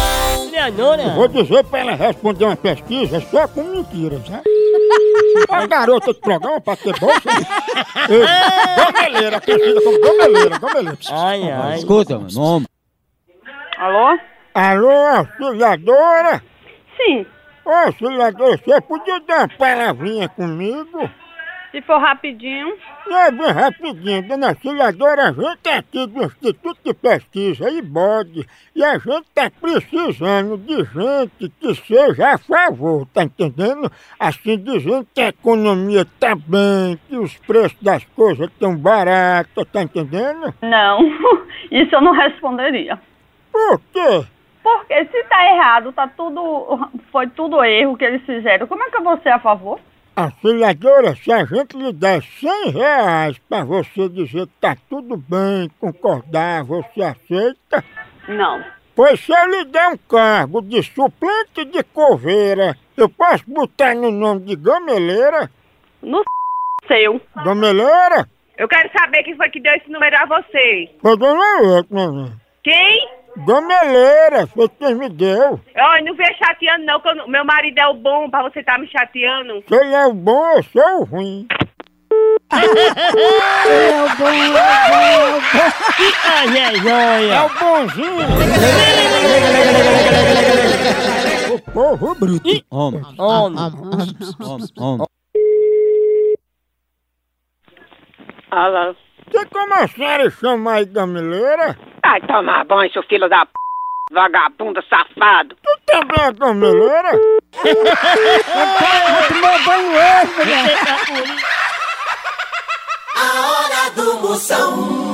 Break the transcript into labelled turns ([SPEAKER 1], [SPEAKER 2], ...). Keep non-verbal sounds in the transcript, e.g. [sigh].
[SPEAKER 1] mentira não, né?
[SPEAKER 2] Vou dizer pra ela responder uma pesquisa só com mentiras, né? [laughs] A garota de programa pra ter bolsa. Ei, Gomeleira, conhecida como gomeleira, gomeleira.
[SPEAKER 1] Ai, ai.
[SPEAKER 3] Escuta, mano. homem.
[SPEAKER 4] Alô?
[SPEAKER 2] Alô, auxiliadora?
[SPEAKER 4] Sim.
[SPEAKER 2] Ô, auxiliadora, você podia dar uma palavrinha comigo?
[SPEAKER 4] Se for rapidinho.
[SPEAKER 2] É bem rapidinho, dona Auxiliadora, a gente é aqui do Instituto de Pesquisa e Bode, e a gente tá precisando de gente que seja a favor, tá entendendo? Assim dizendo que a economia tá bem, que os preços das coisas estão baratos, tá entendendo?
[SPEAKER 4] Não, [laughs] isso eu não responderia.
[SPEAKER 2] Por quê?
[SPEAKER 4] Porque se tá errado, tá tudo. Foi tudo erro que eles fizeram. Como é que eu vou ser a favor?
[SPEAKER 2] Auxiliadora, se a gente lhe der 100 reais pra você dizer que tá tudo bem, concordar, você aceita?
[SPEAKER 4] Não.
[SPEAKER 2] Pois se eu lhe der um cargo de suplente de coveira, eu posso botar no nome de gameleira?
[SPEAKER 4] No seu.
[SPEAKER 2] Gameleira?
[SPEAKER 5] Eu quero saber quem foi que deu esse número a você.
[SPEAKER 2] Foi dona Euca, mamãe.
[SPEAKER 5] Quem?
[SPEAKER 2] Gameleira, foi quem me deu.
[SPEAKER 5] Olha, não venha chateando não, que eu não- meu marido é o bom pra você estar me chateando.
[SPEAKER 2] Se ele é o bom, eu sou o ruim.
[SPEAKER 1] Ai, é joia.
[SPEAKER 2] É o bonzinho. o povo bruto.
[SPEAKER 3] Homem.
[SPEAKER 1] Homem.
[SPEAKER 3] Homem. Homem.
[SPEAKER 6] Alô?
[SPEAKER 2] Você começaram a chamar de gameleira?
[SPEAKER 6] Vai tomar banho, seu filho da p... vagabundo safado.
[SPEAKER 2] Tu também é gameleira?
[SPEAKER 7] A hora do Moção.